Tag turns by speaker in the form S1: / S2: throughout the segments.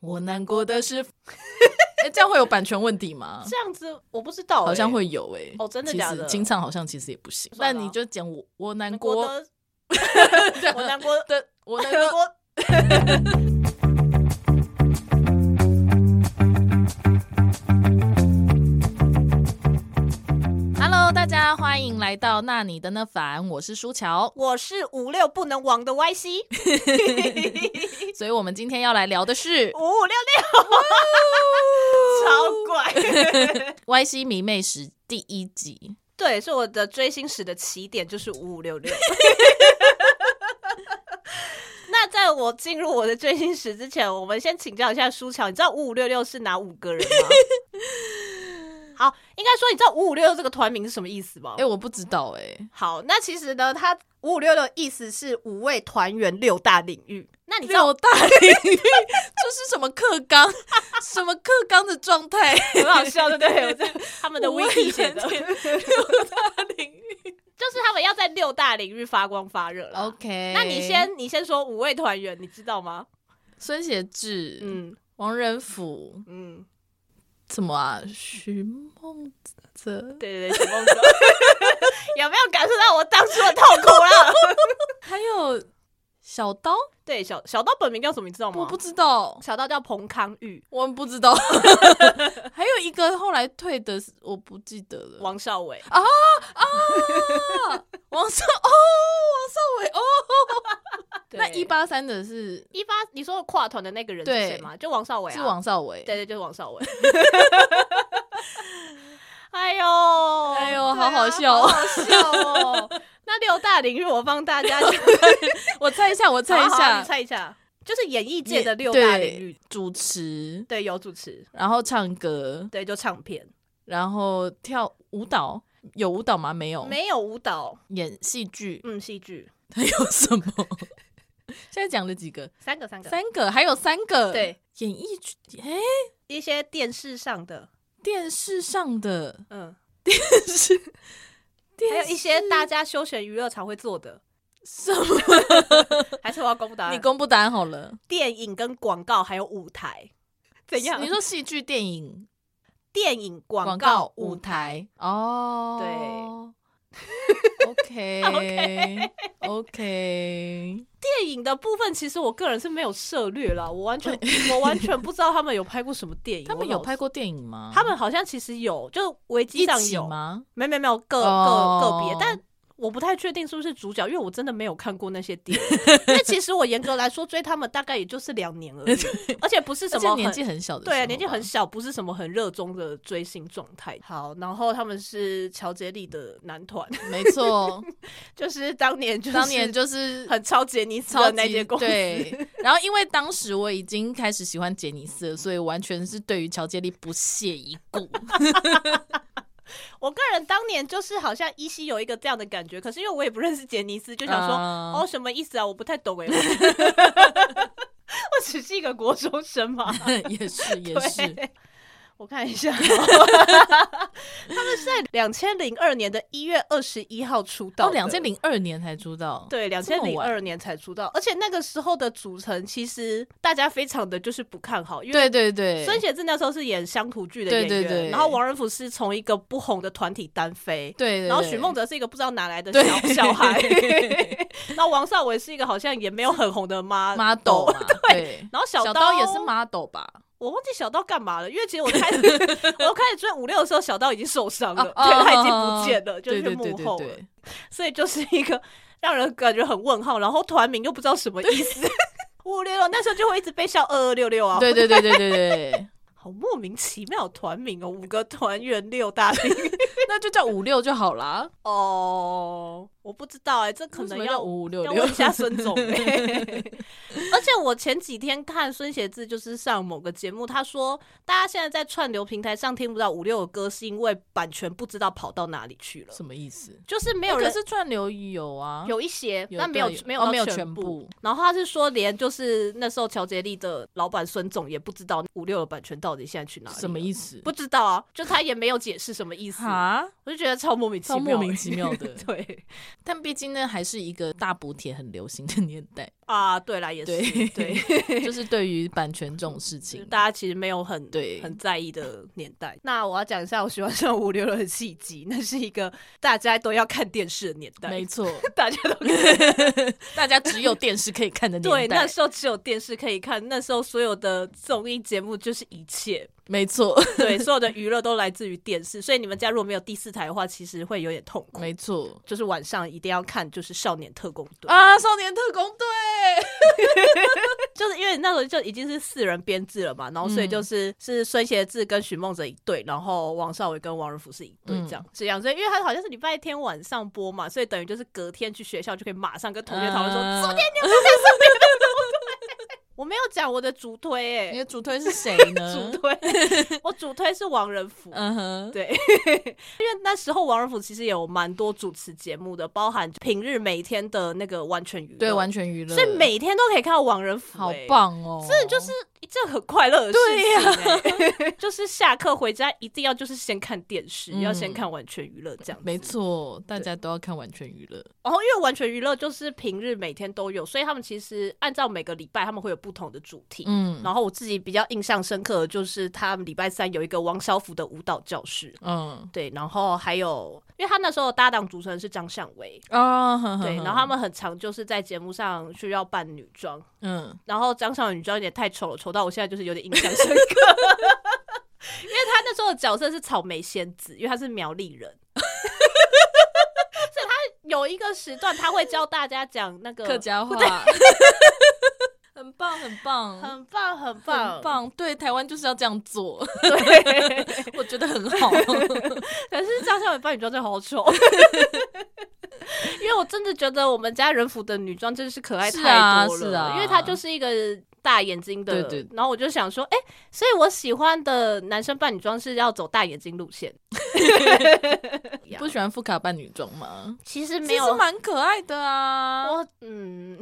S1: 我难过的 是，哎、这样会有版权问题吗？
S2: 这样子我不知道、
S1: 好像
S2: 欸
S1: 会有哎、
S2: 哦真的
S1: 其
S2: 假
S1: 实
S2: 的
S1: 清唱好像其实也不行，那
S2: 算了
S1: 你就讲我我难
S2: 难
S1: 过
S2: 过的，我难过
S1: 的我难过。
S2: 难过。
S1: Hello，大家欢迎来到那你的那凡，我是舒 乔。
S2: 我是五六不能亡的 YC，
S1: 所以我们今天要来聊的是
S2: 五五
S1: 哦
S2: 六六，超怪。
S1: Y C 迷妹时第一集。
S2: 对，是我的追星史的起点就是五五六六。 那在我进入我的追星史之前，我们先请教一下舒乔，你知道五五六六是哪五个人 吗？好，应该说你知道五五六六这个团名是什么意思吗
S1: 哎、？我不知道哎、
S2: 好，那其实呢，它五五六六意思是五位团员六大领域。那你知道
S1: 六大 领域就是什么课纲， 什么课纲的状 态，
S2: 很好笑，对不对？ 我在他们的
S1: 五位
S2: wiki 写的，
S1: 人
S2: 就
S1: 六大领域。
S2: 是他们要在六大领域发光发热了。
S1: OK，
S2: 那你先，你先说五位团员，你知道吗？
S1: 孙协志，嗯，
S2: 嗯
S1: 王仁甫，
S2: 嗯，
S1: 什么啊？徐梦泽，
S2: 对对对，许梦泽， 有没有感受到我当初的痛苦了？
S1: 还有小刀，
S2: 对，小小刀本名叫什么，你知道吗？
S1: 我不知道，
S2: 小刀叫彭康玉，
S1: 我们不知 道。还有一个后来退的是，我不记得了。
S2: 王少伟。
S1: 啊，王少哦，王少伟哦，
S2: 对
S1: 那一八三的是
S2: 一八，你说跨团的那个人是
S1: 对
S2: 谁吗？就王少伟啊，
S1: 是王少伟，
S2: 对对，就是 王少伟。哎呦，
S1: 哎
S2: 哎
S1: 呦好好笑哦
S2: 好好 笑哦！那六大领域我帮大家
S1: 我猜一下，我猜一
S2: 好好
S1: 下，
S2: 你猜一下，就是演艺界
S1: 你
S2: 的六大
S1: 对
S2: 领域，
S1: 主持，
S2: 对，有主持，
S1: 然后唱歌，
S2: 对，就唱片，
S1: 然后跳舞蹈，有舞蹈吗？没有，
S2: 没有舞蹈，
S1: 演戏剧，
S2: 嗯，戏剧，
S1: 还有什么？ 现在讲了几个？
S2: 三个三个，
S1: 三个，还有三个。
S2: 对，
S1: 演艺剧，哎、
S2: 一些电视上的，
S1: 电视上的
S2: 嗯，
S1: 电视，
S2: 还有
S1: 电
S2: 一些大家休闲娱乐常会做的，
S1: 什 么？
S2: 还是我要公布答案？
S1: 你公布答案好了。
S2: 电影跟广告还有舞台，怎样？
S1: 你说戏剧、电影、
S2: 电影、广
S1: 广
S2: 告
S1: 告、、
S2: 舞
S1: 舞
S2: 台，
S1: 台哦，对 ，OK OK，
S2: 电影的部分，其实我个人是没有涉略啦，我完全我完全不知道他们有拍过什么电影。
S1: 他们
S2: 我
S1: 有
S2: 老
S1: 拍过电影吗？
S2: 他们好像其实有，就维基
S1: 一
S2: 上
S1: 起
S2: 有，
S1: 吗？
S2: 没没没有个、
S1: 哦
S2: 个个别，但我不太确定是不是主角，因为我真的没有看过那些电影。 因为其实我严格来说追他们大概也就是两年而已，而且不是
S1: 而
S2: 什
S1: 且
S2: 么
S1: 年
S2: 很
S1: 纪很小的时候吧，
S2: 对啊，年纪很小，不是什么很热衷的追星状态。好，然后他们是乔杰利的男团，
S1: 没错，
S2: 就是当年就是
S1: 当年就是
S2: 很超杰尼斯
S1: 超
S2: 的
S1: 级
S2: 那些公司，
S1: 对，然后因为当时我已经开始喜欢杰尼斯了，所以完全是对于乔杰利不屑一顾。
S2: 我个人当年就是好像依稀有一个这样的感觉，可是因为我也不认识杰尼斯， 就想说、
S1: 啊
S2: 哦什么意思啊？我不太懂哎、 我我只是一个国中生嘛。
S1: 也是 也是，哦
S2: 对，我看一下哦， 他们是在两千零二年的一月二十一号出
S1: 到
S2: 道的，
S1: 哦两千零二年才出道，
S2: 对两
S1: 这
S2: 千
S1: 么
S2: 零
S1: 晚
S2: 二年才出道，而且那个时候的组成其实大家非常的就是不看好，因为。
S1: 对对对，
S2: 孙协志那时候是演乡土剧的演员，
S1: 对对对
S2: 然后王仁甫是从一个不红的团体单飞，
S1: 对，对
S2: 然后许梦
S1: 泽
S2: 哲是一个不知道哪来的
S1: 对
S2: 小 小孩，然后王少伟是一个好像也没有很红的妈
S1: model 嘛，对，
S2: 然后小
S1: 小
S2: 刀
S1: 刀也是 model 吧？
S2: 我忘记小刀干嘛了，因为其实我开始我都开始追五六的时候，小刀已经受伤了，
S1: 哦
S2: 对
S1: 哦
S2: 他已经不见了，就
S1: 对
S2: 是
S1: 对对
S2: 幕
S1: 对
S2: 后了，
S1: 对，
S2: 所以就是一个让人感觉很问号，然后团名又不知道什么意思。 五六六那时候就会一直被笑二二六六啊，
S1: 对对对对对对，
S2: 好莫名其妙的团名哦，五个团员六大名
S1: 那就叫五六就好啦。
S2: 哦，我不知道哎、这可
S1: 为
S2: 能
S1: 什么
S2: 要
S1: 叫五五六
S2: 要
S1: 六
S2: 问一下 孙总、欸。而且我前几天看孙协志，就是上某个节目，他说大家现在在串流平台上听不到五六的歌，是因为版权不知道跑到哪里去了，
S1: 什么意思？
S2: 就是没
S1: 欸
S2: 有
S1: 可
S2: 人。
S1: 是串流有啊，
S2: 有一些，
S1: 有
S2: 但没有
S1: 对
S2: 没
S1: 哦
S2: 有到
S1: 没有全
S2: 全
S1: 部
S2: 然后他是说，连就是那时候乔杰利的老板孙总也不知道五六的版权到底现在去哪里了，
S1: 什么意思？
S2: 不知道啊，就他也没有解释什么意思，
S1: 哈，
S2: 我就觉得超莫名其
S1: 超
S2: 妙、
S1: 莫名其妙的
S2: 。对，
S1: 但毕竟呢，还是一个大补贴很流行的年代，
S2: 啊，对啦，也
S1: 对
S2: 是对，
S1: 就是对于版权这种事
S2: 就是
S1: 情，
S2: 大家其实没有很
S1: 对
S2: 很在意的年代。那我要讲一下我喜欢上五六六的契机，那是一个大家都要看电视的年代
S1: 没， 错，
S2: 大家都
S1: 大家只有电视可以看的
S2: 对
S1: 年代，
S2: 那时候只有电视可以看，那时候所有的综艺节目就是一切，
S1: 没错，
S2: 对，所有的娱乐都来自于电视，所以你们家如果没有第四台的话，其实会有点痛苦。
S1: 没错
S2: 就是晚上一定要看，就是《少年特工队》
S1: 啊！少年特工队，
S2: 就是因为那时候就已经是四人编制了嘛，然后所以
S1: 嗯
S2: 就是、是孙协志跟许梦哲一队，然后王少伟跟王仁甫是一队
S1: 嗯
S2: 这样、这样，所以因为他好像是礼拜天晚上播嘛，所以等于就是隔天去学校就可以马上跟同学讨论说，
S1: 啊
S2: 昨天我没有讲我的主推哎、
S1: 你的呃主推是谁呢
S2: 主？推，我主推是王仁甫。
S1: 嗯哼，
S2: 对，因为那时候王仁甫其实有蛮多主持节目的，包含平日每天的那个完全娱乐，
S1: 对，完全娱乐，
S2: 所以每天都可以看到王仁甫、
S1: 好
S2: 欸
S1: 棒哦，
S2: 真的就是一件很快乐的事情、欸。 就是下课回家一定要就是先看电视，
S1: 嗯
S2: 要先看完全娱乐这样。
S1: 没。错，大家都要看完全娱乐，
S2: 然后因为完全娱乐就是平日每天都有，所以他们其实按照每个礼拜他们会有不同的主题。
S1: 嗯
S2: 然后我自己比较印象深刻的就是他们礼拜三有一个王小福的舞蹈教室。
S1: 嗯
S2: 对，然后还有，因为他那时候的搭档主持人是张向伟，
S1: 啊，哼哼
S2: 对，
S1: 哼
S2: 然后他们很常就是在节目上需要扮女装，
S1: 嗯，
S2: 然后张小雨你知道有点太丑了，丑到我现在就是有点印象深刻。因 为他那时候的角色是草莓仙子，因为他是苗栗人， 所以他有一个时段他会教大家讲那个
S1: 客，家话， 很棒，很棒，
S2: 很棒很棒哎
S1: 很。棒，对，台湾就是要这样做，
S2: 对，
S1: 我觉得很 好，
S2: 啊可是张小雨扮女装真的好丑，因为我真的觉得我们家人府的女装真的是可爱太
S1: 是
S2: 多
S1: 啊
S2: 了，
S1: 是啊
S2: 因为她就是一个。大眼睛的，
S1: 对对
S2: 然后我就想说，哎、所以我喜欢的男生扮女装是要走大眼睛路 线，
S1: 不喜欢富卡扮女装吗？
S2: 其实没
S1: 其
S2: 有，
S1: 实蛮可爱的啊，
S2: 我嗯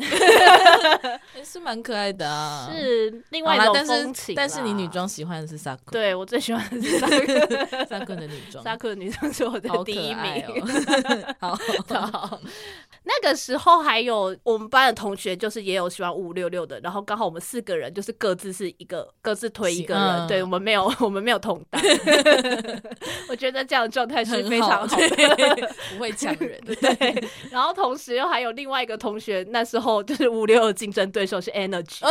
S1: 也是蛮可爱的啊，
S2: 是另
S1: 好
S2: 外一
S1: 啦，
S2: 种
S1: 但
S2: 风情
S1: 是但是你女
S2: 啦，
S1: 装喜欢的是萨克，
S2: 对我最喜欢的 是萨克
S1: 萨克的女装，
S2: 萨克的女装是我的
S1: 好
S2: 第
S1: 可
S2: 一
S1: 爱
S2: 名。
S1: 哦， 好，
S2: 好，那个时候还有我们班的同学，就是也有喜欢五五六六的，然后刚好我们四个人就是各自是一个，各自推一个人，
S1: 嗯
S2: 对我们没有， 我们没有同 担。我觉得这样的状态是
S1: 很
S2: 非常好的。
S1: 对 不会抢人，
S2: 对，然后同时又还有另外一个同学，那时候就是五五六的竞争对手是 Energy。所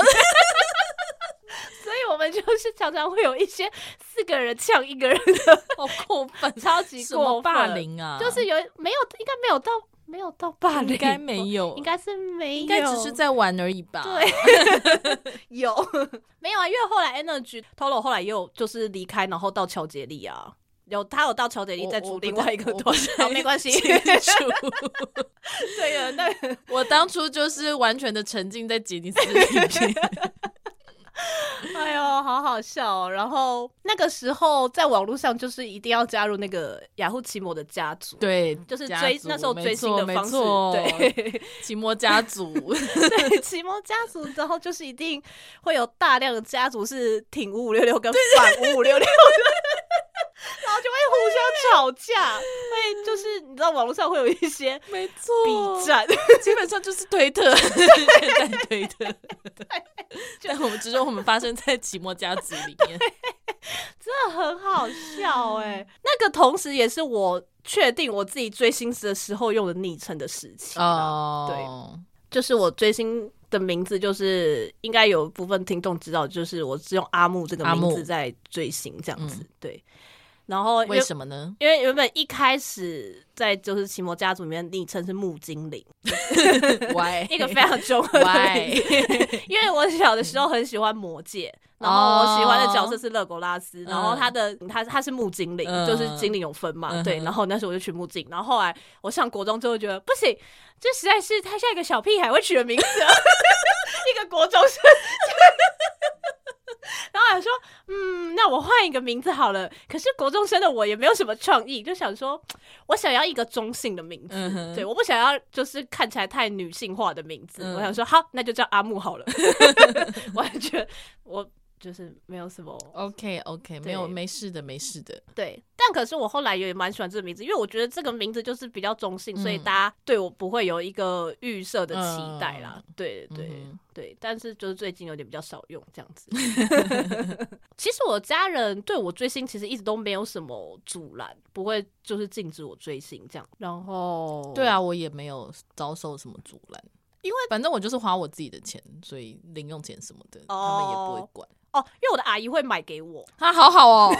S2: 以我们就是常常会有一些四个人呛一个人的，，
S1: 好过分
S2: 超级
S1: 什
S2: 过
S1: 么
S2: 分
S1: 霸，凌啊？
S2: 就是有没有应该没有到没有到霸凌，
S1: 应该没有，
S2: 应该是没有，
S1: 应该只是在玩而已吧？
S2: 对 有没有啊？因为后来 Energy Tolo 后来也有就是离开，然后到乔杰利啊，有他有到乔杰利
S1: 我
S2: 再
S1: 我
S2: 组
S1: 不
S2: 另
S1: 太
S2: 外一个
S1: 我
S2: 团，好 没关系，
S1: 清楚。 啊
S2: 对了，那个
S1: 我当初就是完全的沉浸在杰尼斯里面，
S2: 哎呦，好好笑、哦。然后那个时候在网络上就是一定要加入那个雅虎奇摩的家族。
S1: 对，
S2: 就是
S1: 家
S2: 追
S1: 族
S2: 那时候追星的方式，，
S1: 没错没错
S2: 对
S1: 奇摩家族，
S2: 对，奇摩家族，然后就是一定会有大量的家族是挺五五六六跟反五五六六的，然后就会互相吵架，会就是你知道网络上会有一些
S1: 没
S2: 比
S1: 错，
S2: 战，
S1: 基本上就是推特，现在推 特。但我们只是我们发生在奇摩家族里 面，
S2: 真的很好笑哎、那个同时也是我确定我自己追星时的时候用的昵称的时期啊
S1: 哦，
S2: 就是我追星的名字，就是应该有部分听众知道，就是我是用阿木这个
S1: 阿
S2: 名
S1: 木嗯
S2: 字在追星这样子，对。然后因
S1: 为什么呢？
S2: 因为原本一开始在就是奇摩家族里面昵称是木精灵，
S1: 喂，
S2: 一个非常中 二的名字。 因为我小的时候很喜欢魔 戒，然后我喜欢的角色是勒狗拉斯，然后他的他他是木精灵，
S1: 哦嗯
S2: 就是精灵有分嘛，
S1: 嗯
S2: 对。
S1: 哼
S2: 然后那时候我就取木精，然后后来我上国中之后觉得不行，这实在是太像一个小屁孩会取的名字 了，一个国中生。 然后我想说，嗯，那我换一个名字好了。可是国中生的我也没有什么创意，就想说，我想要一个中性的名字，
S1: 嗯哼
S2: 对，我不想要就是看起来太女性化的名字。
S1: 嗯
S2: 我想说，好，那就叫阿木 好了。完全，我就是没有什么
S1: OK OK，没有没事的没事的，
S2: 对，但但可是我后来也蛮喜欢这个名字，因为我觉得这个名字就是比较中性，
S1: 嗯
S2: 所以大家对我不会有一个预设的期待啦。对对对、
S1: 嗯哼
S2: 对，但是就是最近有点比较少用这样子。 其实我家人对我追星其实一直都没有什么阻拦，不会就是禁止我追星这样。然后
S1: 对，啊，我也没有遭受什么阻拦，因为反正我就是花我自己的钱，所以零用钱什么的、他们也不
S2: 哦
S1: 会管。
S2: 哦，因为我的阿姨会买给我
S1: 啊，好好 哦，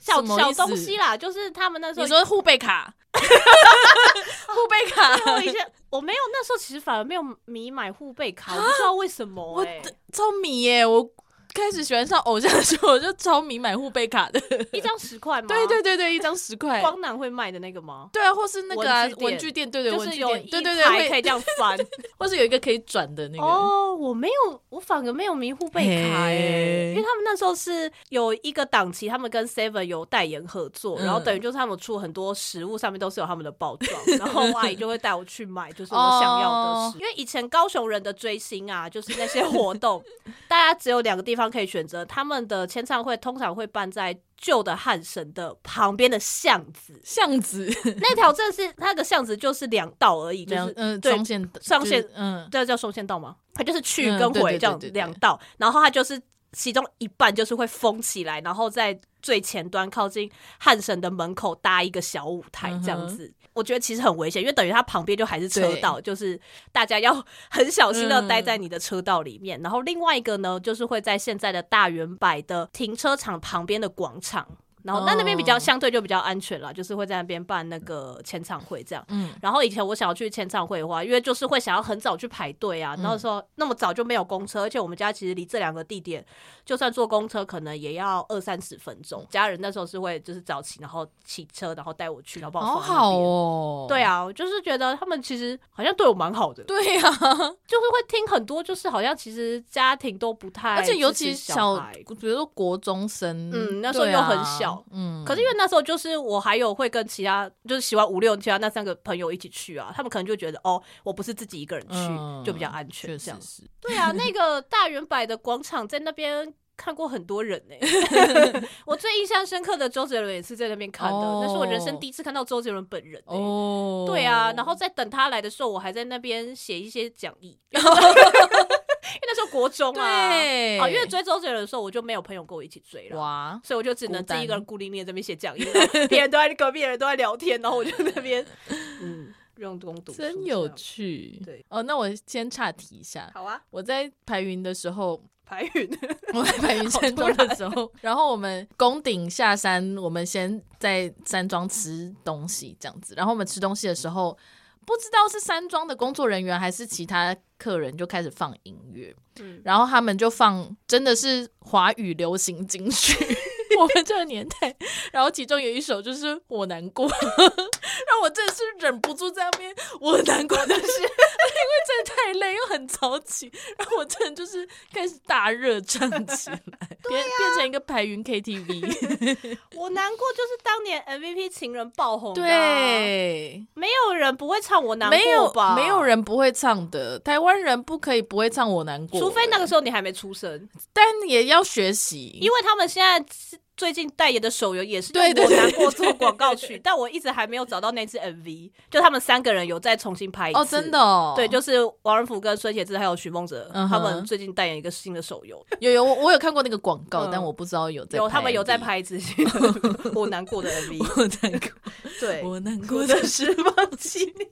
S2: 小
S1: 什么
S2: 小
S1: 意思
S2: 东西啦，就是他们那时候
S1: 你说护贝卡，护贝 卡，
S2: 我以前我没有，那时候其实反而没有迷买护贝卡，我不知道为什么、
S1: 我
S2: 欸。
S1: 超迷耶！我开始喜欢上偶像的时候，我就超迷买护贝 卡的。
S2: 一张十块吗？
S1: 对对对对，一张十块。
S2: 光南会卖的那个吗？
S1: 对啊，或是那个啊
S2: 文
S1: 文
S2: 具店
S1: 具店，对对
S2: 就
S1: 文
S2: 是
S1: 具
S2: 有
S1: 店，
S2: 一
S1: 对对对，
S2: 排可以
S1: 会
S2: 这样翻。
S1: 或是有一个可以转的那个。
S2: 哦，我没有，我反而没有迷护贝卡哎、
S1: 嘿
S2: 因为他们那时候是有一个档期，他们跟 Seven 有代言合作，
S1: 嗯
S2: 然后等于就是他们出很多食物上面都是有他们的包装，然后我阿姨就会带我去买，就是我想要的
S1: 哦
S2: 食。因为以前高雄人的追星啊，就是那些 活动，大家只有两个地方可以选择，他们的签唱会通常会办在。旧的汉神的旁边的巷 子，
S1: 巷子
S2: 那条真的是那个巷子就是两道而已，就
S1: 两
S2: 是
S1: 嗯
S2: 对
S1: 双线的
S2: 上线
S1: 就是嗯
S2: 这叫双线道吗？它就是去
S1: 嗯
S2: 跟
S1: 对
S2: 回
S1: 对
S2: 这样
S1: 对对对
S2: 两道，然后它就是其中一半就是会封起来，然后在最前端靠近汉神的门口搭一个小舞台
S1: 嗯
S2: 这样子。我觉得其实很危险，因为等于它旁边就还是车道，就是大家要 很小心的
S1: 嗯
S2: 待在你的车道里面。然后另外一个呢，就是会在现在的大圆柏的停车场旁边的广场。然后，那那边比较
S1: 哦
S2: 相对就比较安全了，就是会在那边办那个签唱会这样。
S1: 嗯
S2: 然后以前我想要去签唱会的话，因为就是会想要很早去排队啊，
S1: 嗯
S2: 然后说那么早就没有公车，而且我们家其实离这两个地点，就算坐公车可能也要二三十分钟。家人那时候是会就是早起，然后骑车，然后带我去，然后帮
S1: 好
S2: 我放在
S1: 好
S2: 那边。
S1: 哦，
S2: 对啊，我就是觉得他们其实好像对我蛮好的，
S1: 对啊呀，
S2: 就是会听很多，就是好像其实家庭都不太，
S1: 而且尤其
S2: 小
S1: 小
S2: 孩，，
S1: 比如说国中生，
S2: 嗯那时候
S1: 对啊
S2: 又很小，
S1: 嗯，
S2: 可是因为那时候就是我还有会跟其他就是喜欢五六其他那三个朋友一起去啊，他们可能就觉得哦，我不是自己一个人去、
S1: 嗯
S2: 就比较安
S1: 确
S2: 全这
S1: 实
S2: 样。
S1: 是，
S2: 对啊，那个大圆柏的广场在那边。看过很多人呢、欸 我最印象深刻的周杰伦也是在那边看的，
S1: 哦
S2: 那是我人生第一次看到周杰伦本人、欸。
S1: 哦，
S2: 对啊，然后在等他来的时候，我还在那边写一些讲 义，因为那时候国中啊，
S1: 对，
S2: 啊，因为追周杰伦的时候，我就没有朋友跟我一起追了。
S1: 哇，
S2: 所以我就只能自己一
S1: 孤单
S2: 个人孤零零地这边写讲义，然 后别人都在隔壁，人都在聊天，然后我就那边嗯用功读书，
S1: 真有趣。
S2: 对，
S1: 哦，那我先岔题一下
S2: 这样。好啊，
S1: 我在排云的时候，
S2: 排云
S1: 我 在排云山庄的时候，然后我们攻顶下山，我们先在山庄吃东西这样子。然后我们吃东西的时候，不知道是山庄的工作人员还是其他客人就开始放音乐，
S2: 嗯
S1: 然后他们就放真的是华语流行金 曲。我们这个年代，然后其中有一首就是我难过， 让我真的是忍不住在那边我难过，但是因为真的太累又很早起，然后我真的就是开始大热唱起 来，变
S2: 啊
S1: 变成一个排云 KTV，
S2: 我难过就是当年 MVP 情人爆红、啊，，
S1: 对，
S2: 没有人不会唱我难
S1: 没
S2: 过
S1: 有
S2: 吧？
S1: 没有。人不会唱的，台湾人不可以不会唱我难过，嗯
S2: 除非那个时候你还没出生，
S1: 但也要学习，
S2: 因为他们现在是最近代言的手游也是用
S1: 对对
S2: 我
S1: 对
S2: 难过做广告曲，但我一直还没有找到那支 MV，就他们三个人有再重新拍一次。
S1: 哦，真的哦，
S2: 对，就是王仁甫跟孙协志还有徐梦哲，
S1: 嗯哼
S2: 他们最近代言一个新的手游，
S1: 有有我我有看过那个广告，
S2: 嗯
S1: 但我不知道有 在
S2: 有他们有在
S1: MV
S2: 拍 一支 我难过的 MV，
S1: 我难过，
S2: 对，
S1: 我难 过的是
S2: 放弃你，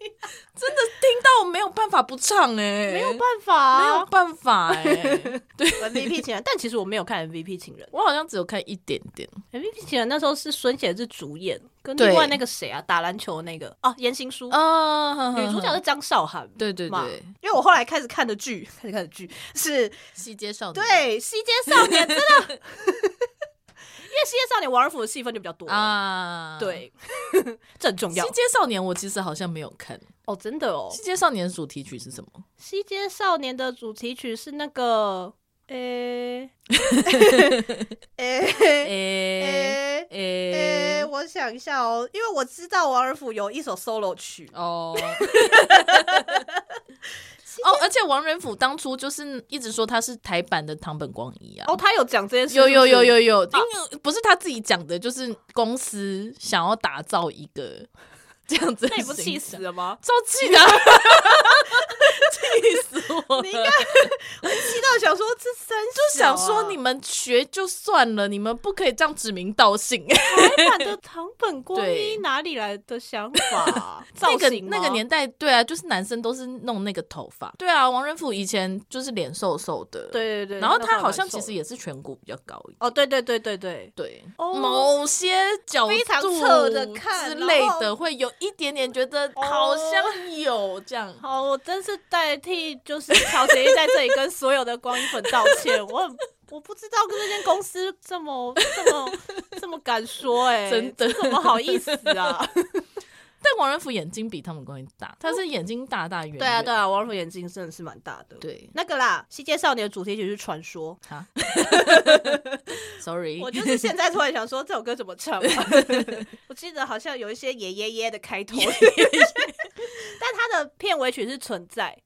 S1: 听到没有办法不唱哎、
S2: 没有欸办法、啊，
S1: 没有办法哎、
S2: MVP 情人，但其实我没有看 MVP 情人
S1: 我好像只有看一点点，
S2: ，MVP 情人那时候是孙协志主演，跟
S1: 对
S2: 另外那个谁啊打篮球的那个哦言情书，
S1: 啊，
S2: 嗯女主角是张韶涵。
S1: 对对
S2: 嘛
S1: 对，
S2: 因为我后来开始看的剧， 开始看的剧是
S1: 西街少女，
S2: 对《西街少年》，真的，因 为《西街少年》王仁甫的戏份就比较多啊，
S1: 啊，。
S2: 对，这很重
S1: 西
S2: 要
S1: 街少年，我其实好像没有看。
S2: 哦，真的哦，
S1: 西街少年主题曲是什么？
S2: 《西街少年》的主题曲是那个， 诶、诶诶
S1: 诶
S2: 诶
S1: 诶，
S2: 我想一下哦，因为 我知道王尔甫有一首 solo 曲，
S1: 哦，哦，而且王仁甫当初就是一直说他是台版的堂本光一啊。
S2: 哦，他有讲这件事，
S1: 有有
S2: 是不
S1: 有
S2: 是
S1: 有有，因为不是他自己讲的，就是公司想要打造一 个这样子，
S2: 那你不气死？了吗？
S1: 超气的啊，气死我了！
S2: 你应该 气到想说这三小啊，
S1: 就想说 你们学就算了，你们不可以这样指名道 姓。
S2: 台版的堂本光一
S1: 对
S2: 哪里来的想 法啊？
S1: 那
S2: 造
S1: 个
S2: 型吗
S1: 那个年代，对啊，就是男生都是弄那个头发。对啊，王仁甫以前就是脸瘦瘦的，。
S2: 对对对，
S1: 然后
S2: 那
S1: 他
S2: 还
S1: 好像
S2: 蛮瘦
S1: 其实也是颧骨比较高一点。
S2: 哦，对对对对对，
S1: 对，
S2: 哦
S1: 某些角度
S2: 非常侧着看
S1: 之类
S2: 然
S1: 的，
S2: 后
S1: 会有一点点觉得
S2: 哦
S1: 好像有这样。
S2: 好，我真是代替就是乔杰一在这里跟所有的光影粉道歉，我很我不知道跟这间公司这么这么这么敢说哎、
S1: 真的
S2: 这怎么好意思啊？
S1: 但王仁甫眼睛比他们关系大，他是眼睛大大圆圆。
S2: 哦对啊对啊，王若眼睛真的是蛮大的。
S1: 对
S2: 那个啦，《西街少年》的主题曲是《传说
S1: 啊，sorry，》，
S2: 我就是现在突然想说这首歌怎么唱、 啊，我记得好像有一些耶耶耶的开头， 但它的片尾曲是《存在》。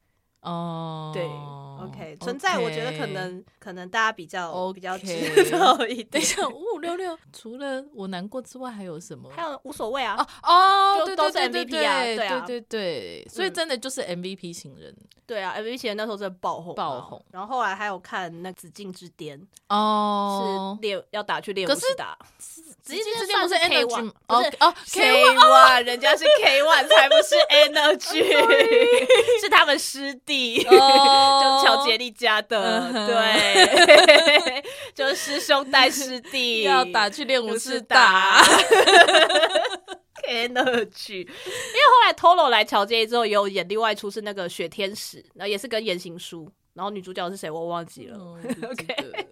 S1: 哦，
S2: 对，OK，存在我觉得可
S1: OK
S2: 能可能大家比较比较
S1: OK
S2: 知 道一
S1: 等
S2: 点
S1: 一，下，五五六六，除了我难过之外，还有什么？
S2: 还有无所谓啊，
S1: 哦，
S2: 就
S1: 对
S2: 都
S1: 对
S2: 是
S1: 对对
S2: MVP 啊
S1: 对
S2: 对啊
S1: 对对，所以
S2: 嗯
S1: 真的就是 MVP 型人
S2: 对啊，MV 前那时候真的爆红啊，
S1: 爆红
S2: 然后后来还有看那《紫禁之巅》
S1: 哦
S2: 是。猎要打去猎
S1: 可
S2: 巫
S1: 是
S2: 士打，
S1: 直
S2: 接
S1: 之
S2: 算
S1: 间不是
S2: 是 K
S1: energy
S2: one，
S1: 吗
S2: 不
S1: 哦
S2: 是
S1: 哦 K
S2: K One 人家是 K One 才不 是哦 Energy，是他们师弟。 就
S1: 哦，
S2: 乔杰利家的
S1: 嗯，哼
S2: 对，就是师兄带师弟，
S1: 要打去练武士
S2: 打
S1: 打，
S2: energy。因为后来 Tolo 来乔杰之后，也有演另外一出是那个雪天使，然后也是跟言情书，然后女主角是谁我忘记了。
S1: 嗯我不记
S2: OK
S1: 得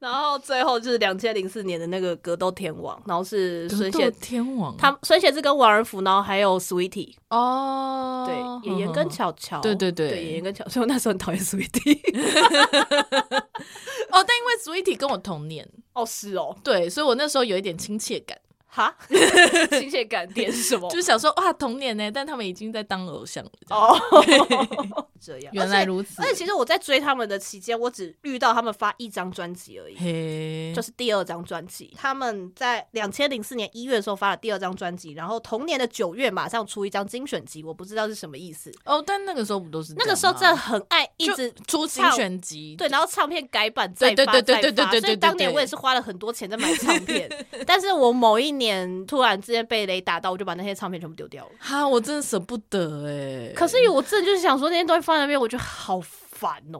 S2: 然后最后就是两千零四年的那个格斗天王，然后是孙
S1: 格
S2: 贤
S1: 斗，天王，
S2: 他孙贤志跟王仁甫，然后还有 Sweetie，
S1: 哦，
S2: 对，演员跟巧巧，
S1: 对对对
S2: 演员跟巧巧，所以 我那时候很讨 厌 Sweetie。
S1: 哦，但因为 Sweetie 跟我同年，
S2: 哦，是哦，
S1: 对，所以我那时候有一点亲切感，
S2: 哈，亲切感点是什么
S1: 就？是想说哇，童年呢，但他们已经在当偶像了。这样，
S2: 哦， 这样，
S1: 哦原来如此
S2: 而且。而且其实我在追他们的期间，我只遇到他们发一张专辑而已，
S1: 嘿，
S2: 就是第二张专辑。他们在两千零四年一月的时候发了第二张专辑，然后同年的九月马上出一张精选集，我不知道是什么意思。
S1: 哦，但那个时候不都是这
S2: 那
S1: 样
S2: 个时候
S1: 吗
S2: 真的很爱一直
S1: 出精选集，
S2: 对，然后唱片改版再发
S1: 对对对
S2: 再
S1: 对对
S2: 发
S1: 对对
S2: 所
S1: 对
S2: 以当
S1: 对
S2: 年我也是花了很多钱在 买唱片，但是我某一年突然之间被雷打到，我就把那些唱片全部丢掉了。
S1: 哈，我真的舍不得哎、
S2: 可是我真的就是想说那些东西放在那边，我觉得好烦 哦、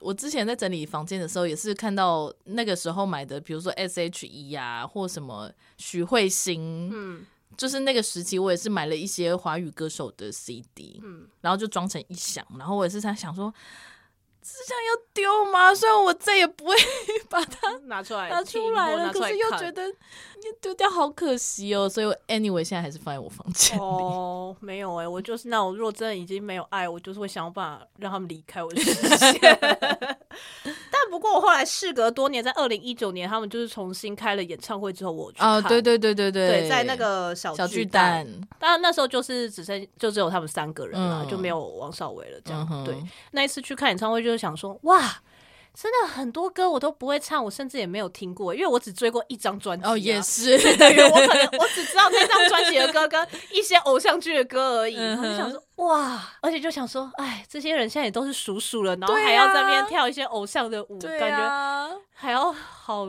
S1: 我之前在整理房间的时候，也是看到那个时候买的，比如说 S.H.E 呀、或什么许慧欣，
S2: 嗯，
S1: 就是那个时期，我也是买了一些华语歌手的 CD，
S2: 嗯
S1: 然后就装成一箱，然后我也是在想说，是这样要丢吗？虽然我再也不会把它
S2: 拿出来
S1: 拿出来了，可是又觉得你丢掉好可惜哦，所以我 anyway 现在还是放在我房间。
S2: 哦，没有哎、我就是那种，如果真的已经没有爱，我就是会想办法让他们离开我的 视线。但不过我后来事隔多年，在二零一九年，他们就是重新开了演唱会之后，我有去
S1: 哦，
S2: 看
S1: 对对对对对，
S2: 对，在那个小
S1: 小
S2: 巨
S1: 巨
S2: 蛋，
S1: 蛋，
S2: 当然那时候就是只剩就只有他们三个人了，
S1: 嗯
S2: 就没有王少伟了。这样、
S1: 嗯哼
S2: 对，那一次去看演唱会，就是想说，哇，真的很多歌我都不会唱，我甚至也没有听过，因为我只追过一张专辑啊、
S1: 哦，也是，
S2: 对于我可能我只知道那张专辑的歌跟一些偶像剧的歌而已，
S1: 嗯
S2: 我
S1: 哼
S2: 就想说哇，而且就想说，哎，这些人现在也都是叔叔了，然后
S1: 对啊
S2: 还要在那边跳一些偶像的舞，感觉
S1: 啊，
S2: 还要好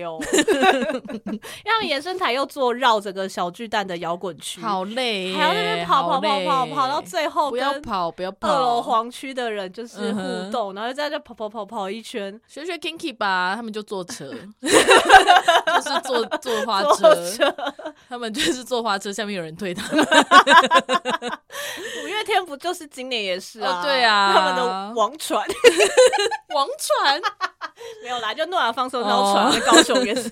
S2: 哦。因为他们延伸台又做绕整个小巨蛋的摇滚区，
S1: 好累耶，
S2: 还要在那边跑跑
S1: 好
S2: 跑
S1: 累
S2: 跑跑到最后
S1: 不要
S2: 跟
S1: 跑，不要跑，
S2: 二楼黄区的人就是
S1: 嗯
S2: 互
S1: 哼
S2: 动，然后在那跑跑跑跑一圈，
S1: 学学 Kinky 吧，他们就坐 车，就是坐坐花
S2: 坐
S1: 车，他们就是坐花车，下面有人推他们，
S2: 五月天不就是今年也是啊？
S1: 哦对啊
S2: 他们的王传。
S1: 王 船，
S2: 没有啦，就诺亚方舟那艘船，
S1: 哦
S2: 在高雄也是，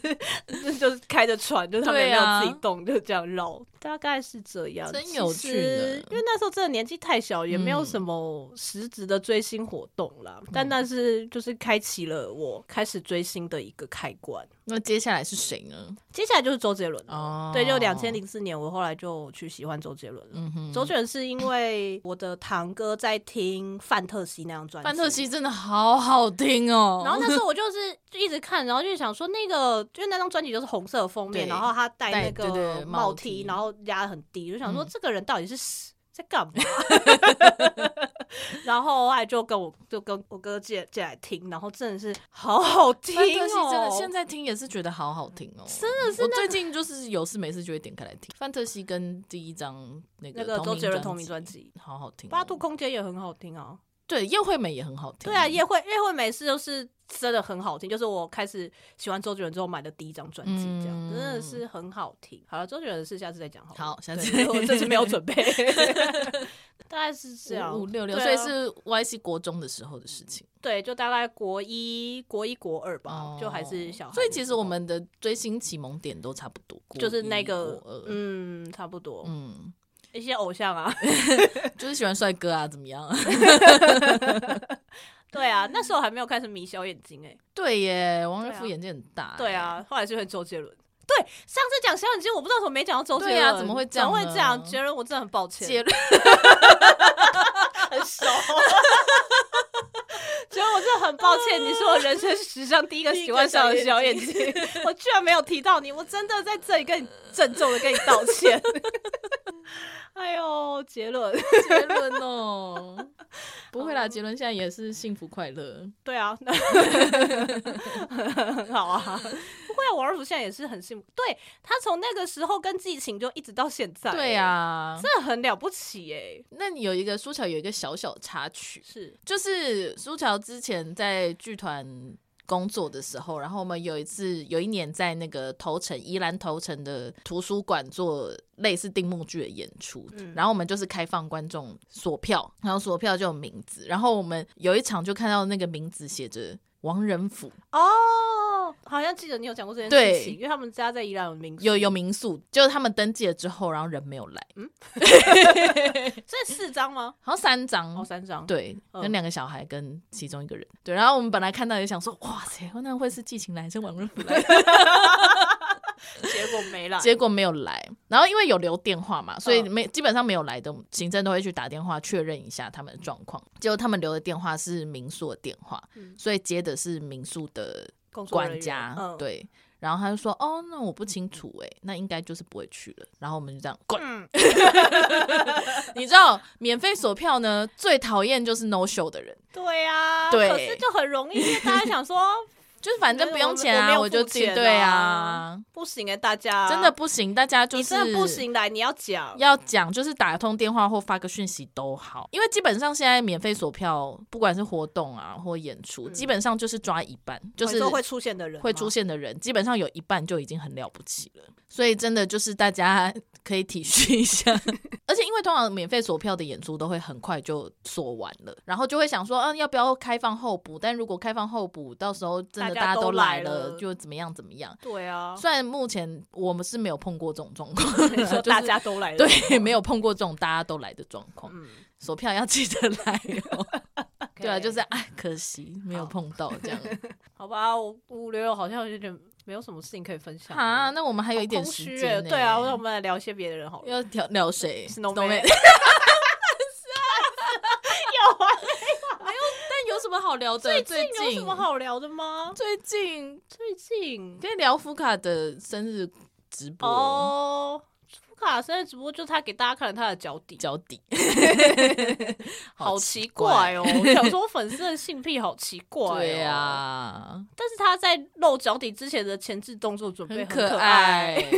S2: 就是开着船，就是他们也没
S1: 对啊
S2: 有自己动，就这样绕。大概是这样，
S1: 真
S2: 其
S1: 有趣呢
S2: 实因为那时候真的年纪太小，也没有
S1: 嗯
S2: 什么实质的追星活动啦。但那是就是开启了我开始追星的一个开关。
S1: 那接下来是谁呢？
S2: 接下来就是周杰伦了
S1: 哦
S2: 对，就两千零四年，我后来就去喜欢周杰伦了。
S1: 嗯哼，
S2: 周杰伦是因为我的堂哥在听范特西那张专辑，
S1: 范特西真的好好听哦。
S2: 然后那时候我就是就一直看，然后就想说那个，因为那张专辑就是红色的封面，
S1: 对
S2: 然后他戴那
S1: 戴对对
S2: 个
S1: 对
S2: 帽
S1: 帽
S2: 梯，
S1: 梯
S2: 然后压得很低，就想说
S1: 嗯
S2: 这个人到底是死在干嘛？ 然后后来就跟我就跟我哥借借来听，然后真的是好好听
S1: 范特西真的
S2: 哦，
S1: 现在听也是觉得好好听哦，真的是。我最近就是有事没事就会点开来听范特西跟第一张那个
S2: 那个周杰伦同名
S1: 专
S2: 专辑。
S1: 辑好好听哦，
S2: 八度空间也很好听啊，
S1: 对叶惠美也很好听，
S2: 对啊，叶惠叶惠美是就是真的很好听，就是我开始喜欢周杰伦之后买的第一张专辑，这样、
S1: 嗯
S2: 真的是很好听。好了，周杰伦的事下次再讲好了。
S1: 好下次
S2: 对因为我这次没 有准备， 大概是这样，
S1: 五五六六，所
S2: 对啊
S1: 以是 YC 国中的时候的事情
S2: 对，就大概国一、国一、国二吧，
S1: 哦
S2: 就还是小孩的时候。
S1: 所以其实我们的追星启蒙点都差不多，国
S2: 就是
S1: 一
S2: 那个
S1: 国二
S2: 嗯，差不多、
S1: 嗯，
S2: 一些偶 像啊，
S1: 就是喜欢帅哥啊，怎么样？
S2: 对啊，那时候还没有开始迷小眼睛哎、
S1: 对耶，王
S2: 对
S1: 仁
S2: 啊
S1: 甫眼睛很大耶，
S2: 对啊，后来是会周杰伦。对，上次讲小眼睛，我不知道怎么没讲到周杰伦，
S1: 对啊怎么会这样
S2: 怎
S1: 呢
S2: 么会这样？杰伦，我真的很抱歉，
S1: 结论
S2: 很 熟。所以我真的很抱歉，你是我人生史上第一个喜欢上的小眼睛， 我居然没有提到你，我真的在这里跟你郑重的跟你道 歉。哎呦，杰伦，
S1: 杰伦 哦，不会
S2: 嗯
S1: 啦，杰伦现在也是幸福快乐。
S2: 对啊， 很好啊，不会啊，王二福现在也是很幸福，对他从那个时候跟季晴就一直到现在，
S1: 对，啊，
S2: 真的很了不起哎、
S1: 那你有一个苏乔有一个小小插曲，
S2: 是
S1: 就是苏乔之前在剧团工作的时候，然后我们有一次有一年在那个头城宜兰头城的图书馆做类似定目剧的演出，
S2: 嗯
S1: 然后我们就是开放观众索票，然后索票就有名字，然后我们有一场就看到那个名字写着王仁甫，
S2: 哦，好像记得你有讲过这件
S1: 对
S2: 事情，因为他们家在宜兰有民宿，
S1: 有有民宿，就是他们登记了之后，然后人没有来，
S2: 这四张吗？
S1: 好像三张，
S2: 哦，三张，
S1: 对，
S2: 嗯
S1: 跟两个小孩跟其中一个人，对。然后我们本来看到也想说，哇塞，那会是季晴来还是王润甫来？
S2: 结果没了。
S1: 结果没有来。然后因为有留电话嘛，所以
S2: 嗯
S1: 没基本上没有来的行政都会去打电话确认一下他们的状况。结果他们留的电话是民宿的电话，
S2: 嗯
S1: 所以接的是民宿的
S2: 工作人
S1: 管
S2: 员
S1: 家，
S2: 嗯，
S1: 对。然后他就说：“哦，那我不清楚哎、那应该就是不会去了。”然后我们就这样 滚。
S2: 嗯
S1: 你知道，免费索票呢，最讨厌就是 no show 的人。
S2: 对呀，
S1: 对
S2: 可是就很容易，因为大家 想说
S1: 就是反正不用钱
S2: 我没
S1: 啊，
S2: 有
S1: 我就
S2: 付
S1: 自己
S2: 钱
S1: 对
S2: 啊
S1: 啊，
S2: 不行哎，大家
S1: 真的不行，大家就
S2: 你
S1: 是
S2: 真的不行来，你要讲，
S1: 要讲，就是打通电话或发个讯息都好，因为基本上现在免费索票，不管是活动啊或演出，
S2: 嗯
S1: 基本上就是抓一半，就
S2: 你
S1: 是
S2: 说会出现的人吗
S1: 会出，现的人，基本上有一半就已经很了不起了。所以真的就是大家可以体恤一 下，而且因为通常免费索票的演出都会很快就索完了，然后就会想说，嗯、要不要开放候补？但如果开放候补，到时候真的
S2: 大
S1: 大
S2: 家
S1: 家
S2: 都
S1: 都来
S2: 来
S1: 了，
S2: 了
S1: 就怎么样怎么样。
S2: 对啊，
S1: 虽然目前我们是没有碰过这种状况，
S2: 你 说大家都来了，
S1: 对，没有碰过这种大家都来的状况。
S2: 嗯，
S1: 索票要记得来 哦。 对啊，就是
S2: 样，
S1: 哎，可惜没有
S2: 好
S1: 碰到 这样。
S2: 好吧，我五六六好像有点没有什么事情可以分享
S1: 啊，
S2: 好
S1: 那我们还有一点
S2: 空
S1: 时
S2: 虚
S1: 间
S2: 欸
S1: 呢。
S2: 对啊，那我们来聊一些别的人好 了，
S1: 要聊聊谁
S2: Snowman
S1: 没有
S2: 啊
S1: 但 有什么好聊的？最
S2: 有什么好聊的吗？
S1: 最近
S2: 最近
S1: 可以聊福卡的生日直播
S2: 哦，福卡生日直播就是他给大家看了他的脚底，
S1: 脚 底，
S2: 好奇 怪。哦！我想说粉丝的性癖好奇怪、哦，
S1: 对。啊，
S2: 但是他在露脚底之前的前置动作准备
S1: 很
S2: 可
S1: 可爱。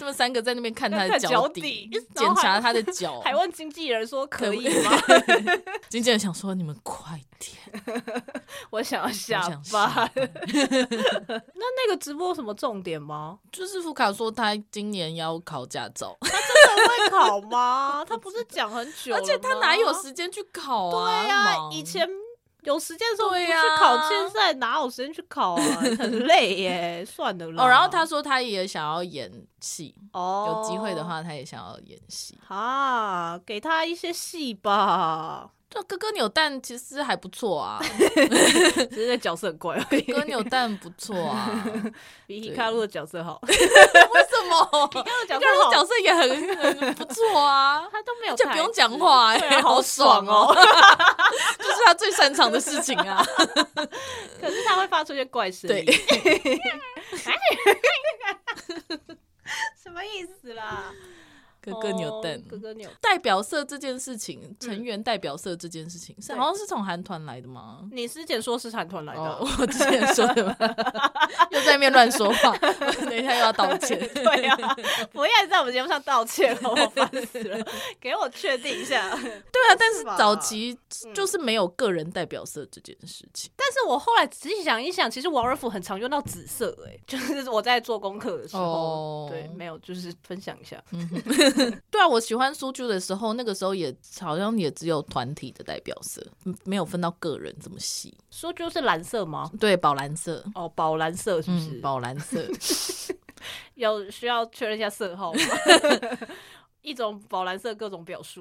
S1: 他们三个在那边看他
S2: 看
S1: 的
S2: 脚
S1: 脚
S2: 底
S1: 底，
S2: 然后
S1: 检
S2: 还
S1: 查他的脚。
S2: 还问经纪人说可
S1: 可
S2: 以吗？
S1: 经纪人想说：“你们快点，
S2: 我想要下
S1: 我想
S2: 班
S1: 下。
S2: 那那个直播有什么重 点吗？
S1: 就是福卡说他今年要考驾照，
S2: 会考吗？他不是讲很久了吗，
S1: 而且他哪有时间去考
S2: 对
S1: 呀、
S2: 呀、
S1: 忙
S2: 以前有时间的时候不
S1: 对
S2: 去
S1: 啊
S2: 考竞赛，哪有时间去考啊？很累 耶，算了啦。
S1: 哦，然后他说他也想要演戏，
S2: 哦
S1: 有机会的话他也想要演戏。
S2: 啊，给他一些戏 吧。
S1: 这哥哥扭蛋其实还不错啊，
S2: 只是那角色很怪而已，
S1: 哥扭蛋不错 啊。
S2: 比皮卡路的角色 好。皮
S1: 为什 么？
S2: 卡路的角
S1: 哥哥
S2: 色
S1: 角
S2: 好，
S1: 色也很很 不错啊。
S2: 他都没有
S1: 而且
S2: 台
S1: 不
S2: 词
S1: 用讲话、
S2: 对
S1: 哎、
S2: 啊 好爽 哦！
S1: 这是他最擅长的事情啊。
S2: 可是他会发出一些怪声音。 什么意思啦？
S1: 哥哥扭蛋
S2: 哦，哥哥扭。
S1: 代表色这件事情，成员代表色这件事情，是
S2: 嗯对
S1: 好像是从韩团来的吗？
S2: 你师姐说是韩团来的啊
S1: 哦，， 我之前说的吧，又在那边乱说话， 等一下又要道歉。
S2: 对呀、啊，不要在我们节目上道歉了，我烦死了。 给我确定一下。
S1: 对啊，但是
S2: 吧
S1: 早期
S2: 嗯
S1: 就是没有个人代表色这件事 情。
S2: 但是我后来仔细想一想，其实王仁甫很常用到紫色、欸，哎，就是我在做功课的时候，
S1: 哦
S2: 对，没有，就是分享一下。
S1: 嗯对啊，我喜欢苏剧的时候，那个时候也好像也只有团体的代表色，嗯没有分到个人这么细。
S2: 说就是蓝色吗？
S1: 对，宝蓝色，
S2: 哦，宝蓝色是不是？
S1: 嗯，宝蓝 色，
S2: 要需要确认一下色 号吗？ 一种宝蓝色各种 表述，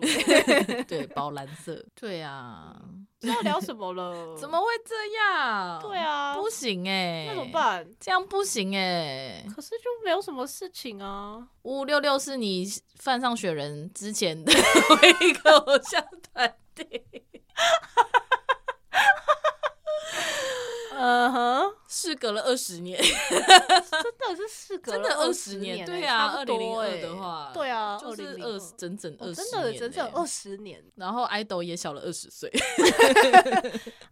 S1: 对，宝蓝色，对啊，
S2: 要聊什么 了？
S1: 怎么？会这样？
S2: 嗯对，啊，
S1: 不行哎、
S2: 那怎么？办？
S1: 这样不行哎、
S2: 可是就没有什么事情啊。
S1: 五五六六是你犯上雪人之前的唯一一个偶像团体，
S2: 嗯哼，
S1: 事隔了二十 年，
S2: 真的是事隔
S1: 真的
S2: 二
S1: 20年
S2: 年欸，
S1: 对啊
S2: 差不多
S1: 2002
S2: 欸
S1: 的话
S2: 对啊，
S1: 就
S2: 2002
S1: 是二十整整二
S2: 哦
S1: 十、欸
S2: 真的整整二。十年
S1: 然后 idol 也小了二十 岁，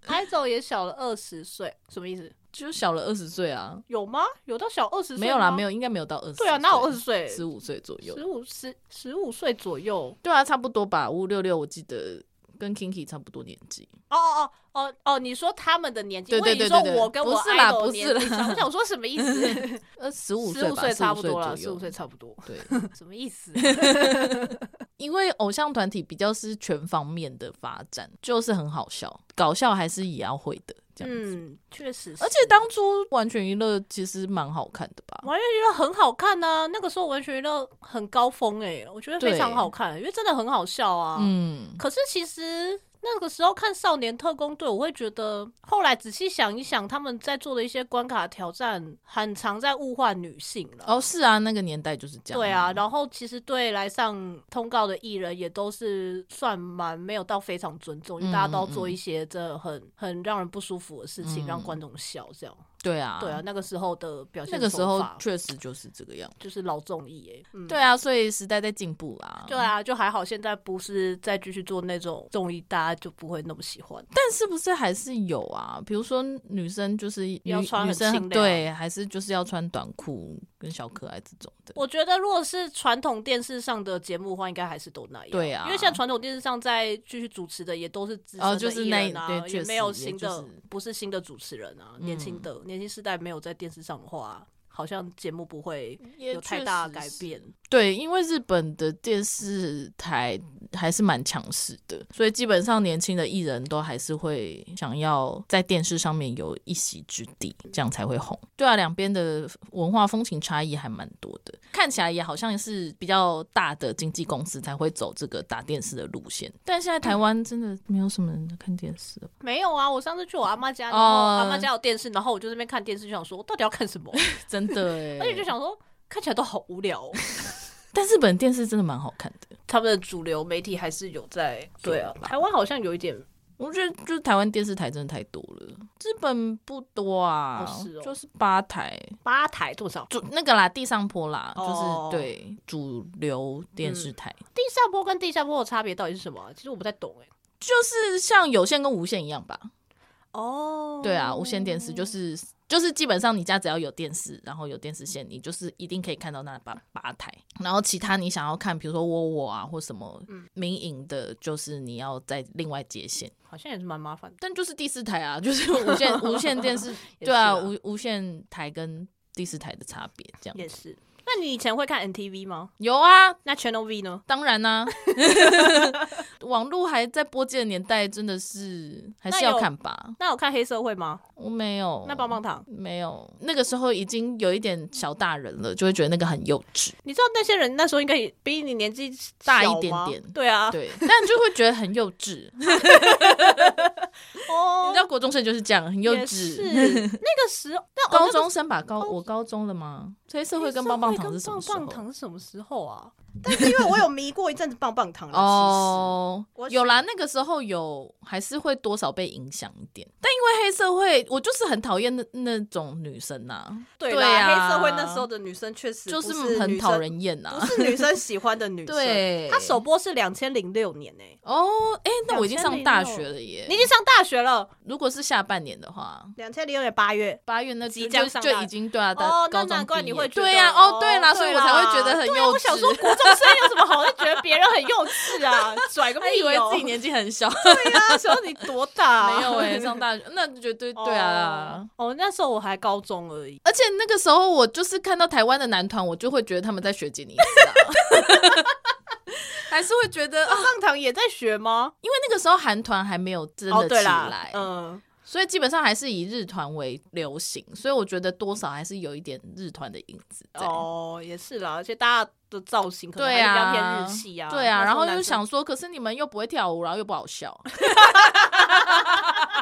S2: ，idol 也小了二十岁，什么意思？
S1: 就小了二十岁啊，
S2: 有吗？有到小二十岁？
S1: 没有啦，没
S2: 有。
S1: 有，应该没有到二十。
S2: 对啊，哪有二十岁？
S1: 十五岁左右
S2: 十？五十十五岁左右。
S1: 对啊，差不多吧，五六六，我记得跟 Kinky 差不多年纪。
S2: 哦哦哦哦哦，你说他们的年纪？
S1: 对对
S2: 我以为
S1: 对
S2: 你说
S1: 对对
S2: 我跟我
S1: 不是啦
S2: idol
S1: 不
S2: 年
S1: 是
S2: 纪
S1: 啦
S2: 差我想说什么意思？
S1: 呃， 十五
S2: 十
S1: 岁
S2: 五
S1: 吧，
S2: 岁
S1: 15
S2: 差不多
S1: 左
S2: 了，
S1: 右
S2: 十五岁差不多。
S1: 对，
S2: 什么意思？
S1: 因为偶像团体比较是全方面的发展，就是很好笑，搞笑还是也要会的这样子。
S2: 嗯，确实是。
S1: 而且当初完全娱乐其实蛮好看的吧？
S2: 完全娱乐很好看呐、那个时候完全娱乐很高峰哎、我觉得非常好看，因为真的很好笑啊。
S1: 嗯，
S2: 可是其实那个时候看《少年特工队》，我会觉得后来仔细想一想，他们在做的一些关卡挑战，很常在物化女性了。
S1: 哦，是啊，那个年代就是这样。
S2: 对啊，，然后其实对来上通告的艺人也都是算蛮没有到非常尊重，因为大家都要做一些真的很很让人不舒服的事情，
S1: 嗯
S2: 让观众笑这样。
S1: 对啊，
S2: 对啊，，那个时候的表现
S1: 那个时
S2: 手
S1: 候
S2: 法
S1: 确实就是这个样子。
S2: 就是老综艺哎，嗯
S1: 对啊，所以时代在进步啦。
S2: 对啊，就还好，现在不是再继续做那种综艺，大家就不会那么喜欢。
S1: 但是不是还是有啊？比如说女生就是女
S2: 要穿很
S1: 女生
S2: 清凉
S1: 对，还是就是要穿短裤跟小可爱这种的。
S2: 我觉得如果是传统电视上的节目的话，应该还是都那样。
S1: 对啊
S2: 因为现在传统电视上在继续主持的也都是资深
S1: 哦就
S2: 的
S1: 是
S2: 艺人
S1: 那
S2: 啊，
S1: 对确
S2: 也
S1: 实
S2: 没有新的，
S1: 也就是嗯
S2: 不是新的主持人啊，年轻的、年轻世代没有在电视上的话，好像节目不会
S1: 也
S2: 有太大的改变。
S1: 对，因为日本的电视台还是蛮强势的，所以基本上年轻的艺人都还是会想要在电视上面有一席之地，这样才会红。对啊，两边的文化风情差异还蛮多的，看起来也好像是比较大的经纪公司才会走这个打电视的路线，但现在台湾真的没有什么人在看电视了。
S2: 没有啊，我上次去我阿妈家，然后
S1: 哦
S2: 阿妈家有电视，然后我就在那边看电视，就想说我到底要看什么，
S1: 真的 哎、
S2: 而且就想说看起来都好无聊哦、
S1: 但日本电视真的蛮好看的，
S2: 他们的主流媒体还是有在对啊
S1: 有，吧
S2: 台湾好像有一点
S1: 我觉得就是台湾电视台真的太多了，日本不多啊，
S2: 哦是哦
S1: 就是八台，
S2: 八台多少？
S1: 主那个啦，地上坡啦，就是、
S2: 哦嗯
S1: 对主流电视台，
S2: 地上波跟地下波的差别到底是什么啊、其实我不太懂哎、
S1: 就是像有线跟无线一样吧？
S2: 哦
S1: 对啊，无线电视就是就是基本上你家只要有电视，然后有电视线，你就是一定可以看到那八八台。然后其他你想要看，比如说窝窝啊或什么
S2: 嗯
S1: 民营的，就是你要再另外接线。
S2: 好像也是蛮麻烦的。
S1: 但就是第四台啊，就是无 线无线电视，
S2: 也是
S1: 对啊，
S2: 啊
S1: 无无线台跟第四台的差别这样。
S2: 也是。那那你以前会看 NTV 吗？
S1: 有啊，
S2: 那 Channel V 呢？
S1: 当然 啦、 网络还在播机的年代，真的是还是要看吧。
S2: 那有看黑社会吗？
S1: 我没有，
S2: 那棒棒糖？
S1: 没有，那个时候已经有一点小大人了，就会觉得那个很幼稚。
S2: 你知道那些人那时候应该也比你年纪
S1: 大一
S2: 小
S1: 点
S2: 吗
S1: 点
S2: 对啊，
S1: 对，但就会觉得很幼 稚。
S2: 哦，
S1: 你知道国中生就是这样，很幼
S2: 也是
S1: 稚。
S2: 那个 时候，那
S1: 高
S2: 哦
S1: 中生吧，高我高中了吗？黑社
S2: 那
S1: 会
S2: 个
S1: 跟棒棒糖
S2: 黑
S1: 是
S2: 社
S1: 什
S2: 会
S1: 么时
S2: 跟棒棒
S1: 候？
S2: 糖是什么时候啊？但是因为我有迷过一阵子棒棒糖了，哦，
S1: 哦
S2: 我，
S1: 有啦，那个时候有，还是会多少被影响一点。但因为黑社会，我就是很讨厌那那种女生呐、
S2: 对
S1: 对
S2: 啦，
S1: 啊
S2: 黑社会那时候的女生确实
S1: 就
S2: 不是
S1: 很
S2: 女
S1: 讨
S2: 生，
S1: 人厌呐、
S2: 不是女生喜欢的女 生。
S1: 对
S2: 她首播是两千零六年诶，
S1: 哦，哎、那我已经上大
S2: 2006
S1: 学了耶
S2: 你已。经上大学了，
S1: 如果是下半年的话，
S2: 两千零六年八月。
S1: 八月那
S2: 即
S1: 就
S2: 将
S1: 就
S2: 上大
S1: 就已经对啊，大
S2: 哦，
S1: 高
S2: 那
S1: 中
S2: 难怪
S1: 毕
S2: 你
S1: 业
S2: 会觉得
S1: 对呀、哦，对啦，所以我才会觉得很
S2: 对
S1: 幼
S2: 啊
S1: 稚。
S2: 我想说，国中生有什么好？在觉得别人很幼稚 啊，拽个
S1: 他
S2: 屁
S1: 以为
S2: 哦！
S1: 自己年纪很小，
S2: 对啊，时候你多大啊？
S1: 没有哎、上大学那绝对对啊。
S2: 哦。哦，那时候我还高中而已。
S1: 而且那个时候，我就是看到台湾的男团，我就会觉得他们在学姐你知道，还是会觉得啊，
S2: 棒棒糖也在学吗？
S1: 因为那个时候韩团还没有真
S2: 哦，
S1: 的起
S2: 对啦
S1: 来，，
S2: 嗯，
S1: 所以基本上还是以日团为流行，所以我觉得多少还是有一点日团的影子在。
S2: 哦，也是啦，而且大家的造型可能还
S1: 对
S2: 是比较
S1: 啊
S2: 偏日系啊。
S1: 对啊，
S2: 那时
S1: 然
S2: 候
S1: 后
S2: 男
S1: 又
S2: 生
S1: 想说，可是你们又不会跳舞，然后又不好笑，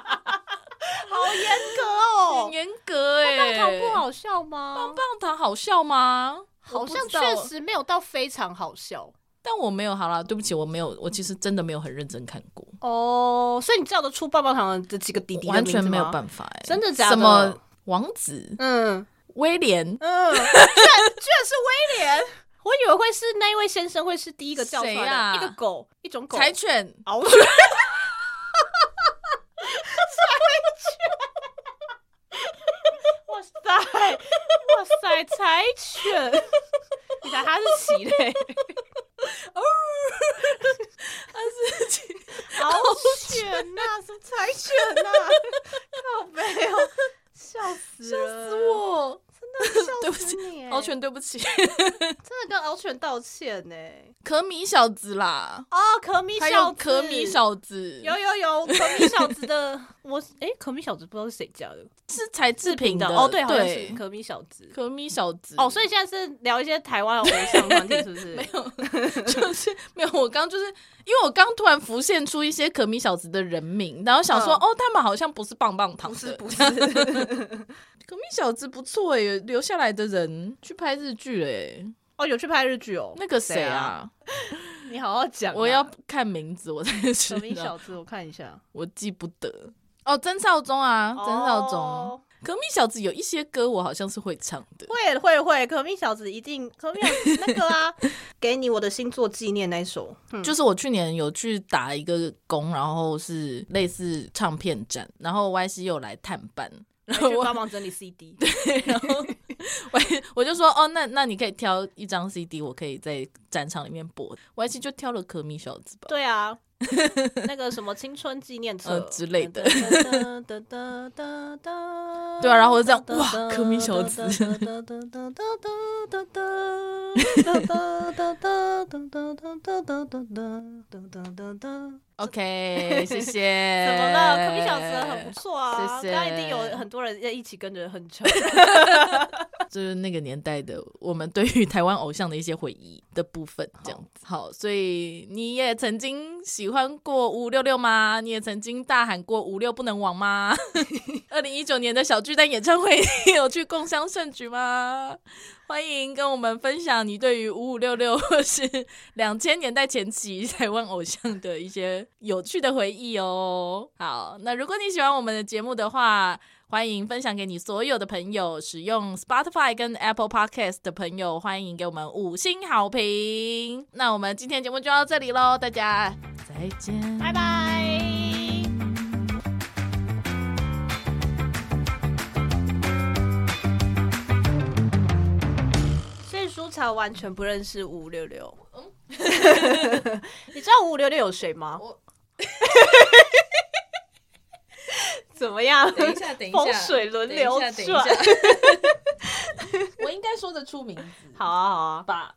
S2: 好严格 哦
S1: 很，严格哎、
S2: 棒棒糖不，好笑吗？
S1: 棒棒糖好笑吗？
S2: 好
S1: 啊我
S2: 像
S1: 不知道
S2: 确，实没有到非常好笑
S1: 但我没有，好啦，对不起，我没有，我其实真的没有很认真看过，
S2: 哦。所以你叫得出棒棒糖的几个弟弟的
S1: 完
S2: 名字
S1: 全没有
S2: 吗
S1: 办法哎、
S2: 真的假的
S1: 什么王子
S2: 嗯
S1: 威廉？
S2: 嗯，居然居然是威廉， 我以为会是那一位先生会是第一个叫出来
S1: 谁
S2: 的，
S1: 啊
S2: 一个狗，一种狗，
S1: 柴犬，
S2: 獒犬。哇塞，哇塞，柴犬！你猜它是奇嘞？ 哦，它是獒犬呐、是柴犬呐、靠没有，笑死了，
S1: 死我！
S2: 真的
S1: 对
S2: 笑
S1: 不
S2: 死你！
S1: 敖，犬，对不起，
S2: 真的跟敖犬道歉呢。
S1: 可米小子啦，
S2: 哦，可米
S1: 还
S2: 小
S1: 有
S2: 子，
S1: 可米小子，
S2: 有有有，可米小子 的我哎、可米小子不知道是谁家的，
S1: 是柴智屏的
S2: 哦对，好像是
S1: 对，
S2: 可米小子。
S1: 可米小子
S2: 哦，所以现在是聊一些台湾偶像团体，是不哦是？
S1: 没以就是 没有，我刚就是因为我刚突然浮现出一些可米小子的人名，然后想说
S2: 嗯
S1: 哦，他们好像不是棒棒糖
S2: 不是
S1: 的，
S2: 不是。
S1: 可米小子不错诶，留下来的人去拍日剧诶，
S2: 哦，有去拍日剧哦。
S1: 那个谁
S2: 谁啊？
S1: 啊，
S2: 你好好讲啊。
S1: 我要看名字我才知
S2: 可米
S1: 道，
S2: 小子，我看一下。
S1: 我记不得。哦，曾少宗啊，曾少宗，
S2: 哦
S1: 可米小子有一些歌我好像是会唱的，
S2: 会会会，可米小子一定可米小子那个啊， 给你我的星座纪念那一首，嗯
S1: 就是我去年有去打一个工，然后是类似唱片展，然后 Y C 又来探班，然后
S2: 去
S1: 我
S2: 帮忙整 理 CD。
S1: 然后我我就说哦，那那你可以挑一张 C D，我可以在展场里面播。Y C 就挑了可米小子吧，
S2: 对啊，那个什么青春纪念册、
S1: 呃之类的
S2: 噔噔噔噔噔
S1: 对啊然后我就这样哇可米小子
S2: 噔噔噔噔噔噔噔噔噔噔噔噔噔噔噔噔噔噔噔
S1: OK，谢谢。
S2: 怎么了？可米小子很不错啊，
S1: 谢谢
S2: 刚刚一定有很多人在一起跟着很久。
S1: 就是那个年代的我们对于台湾偶像的一些回忆的部分，这样子。好，所以你也曾经喜欢过五六六吗？你也曾经大喊过五六不能亡吗？二零一九年的小巨蛋演唱会， 你有去共襄盛举吗？欢迎跟我们分享你对于五五六六 或是两千年代前期台湾偶像的一些有趣的回忆哦。好，那如果你喜欢我们的节目的话，欢迎分享给你所有的朋友。使用 Spotify 跟 Apple Podcast 的朋友，欢迎给我们五星好评。那我们今天节目就到这里喽，大家再见，
S2: 拜拜。所以舒乔完全不认识五五六六。
S1: 嗯
S2: 你知道五五六六有谁吗？
S1: 我
S2: 怎么样？
S1: 下，等
S2: 风水轮流转。
S1: 我应该说
S2: 说得出名字
S1: 好啊，好啊，
S2: 吧？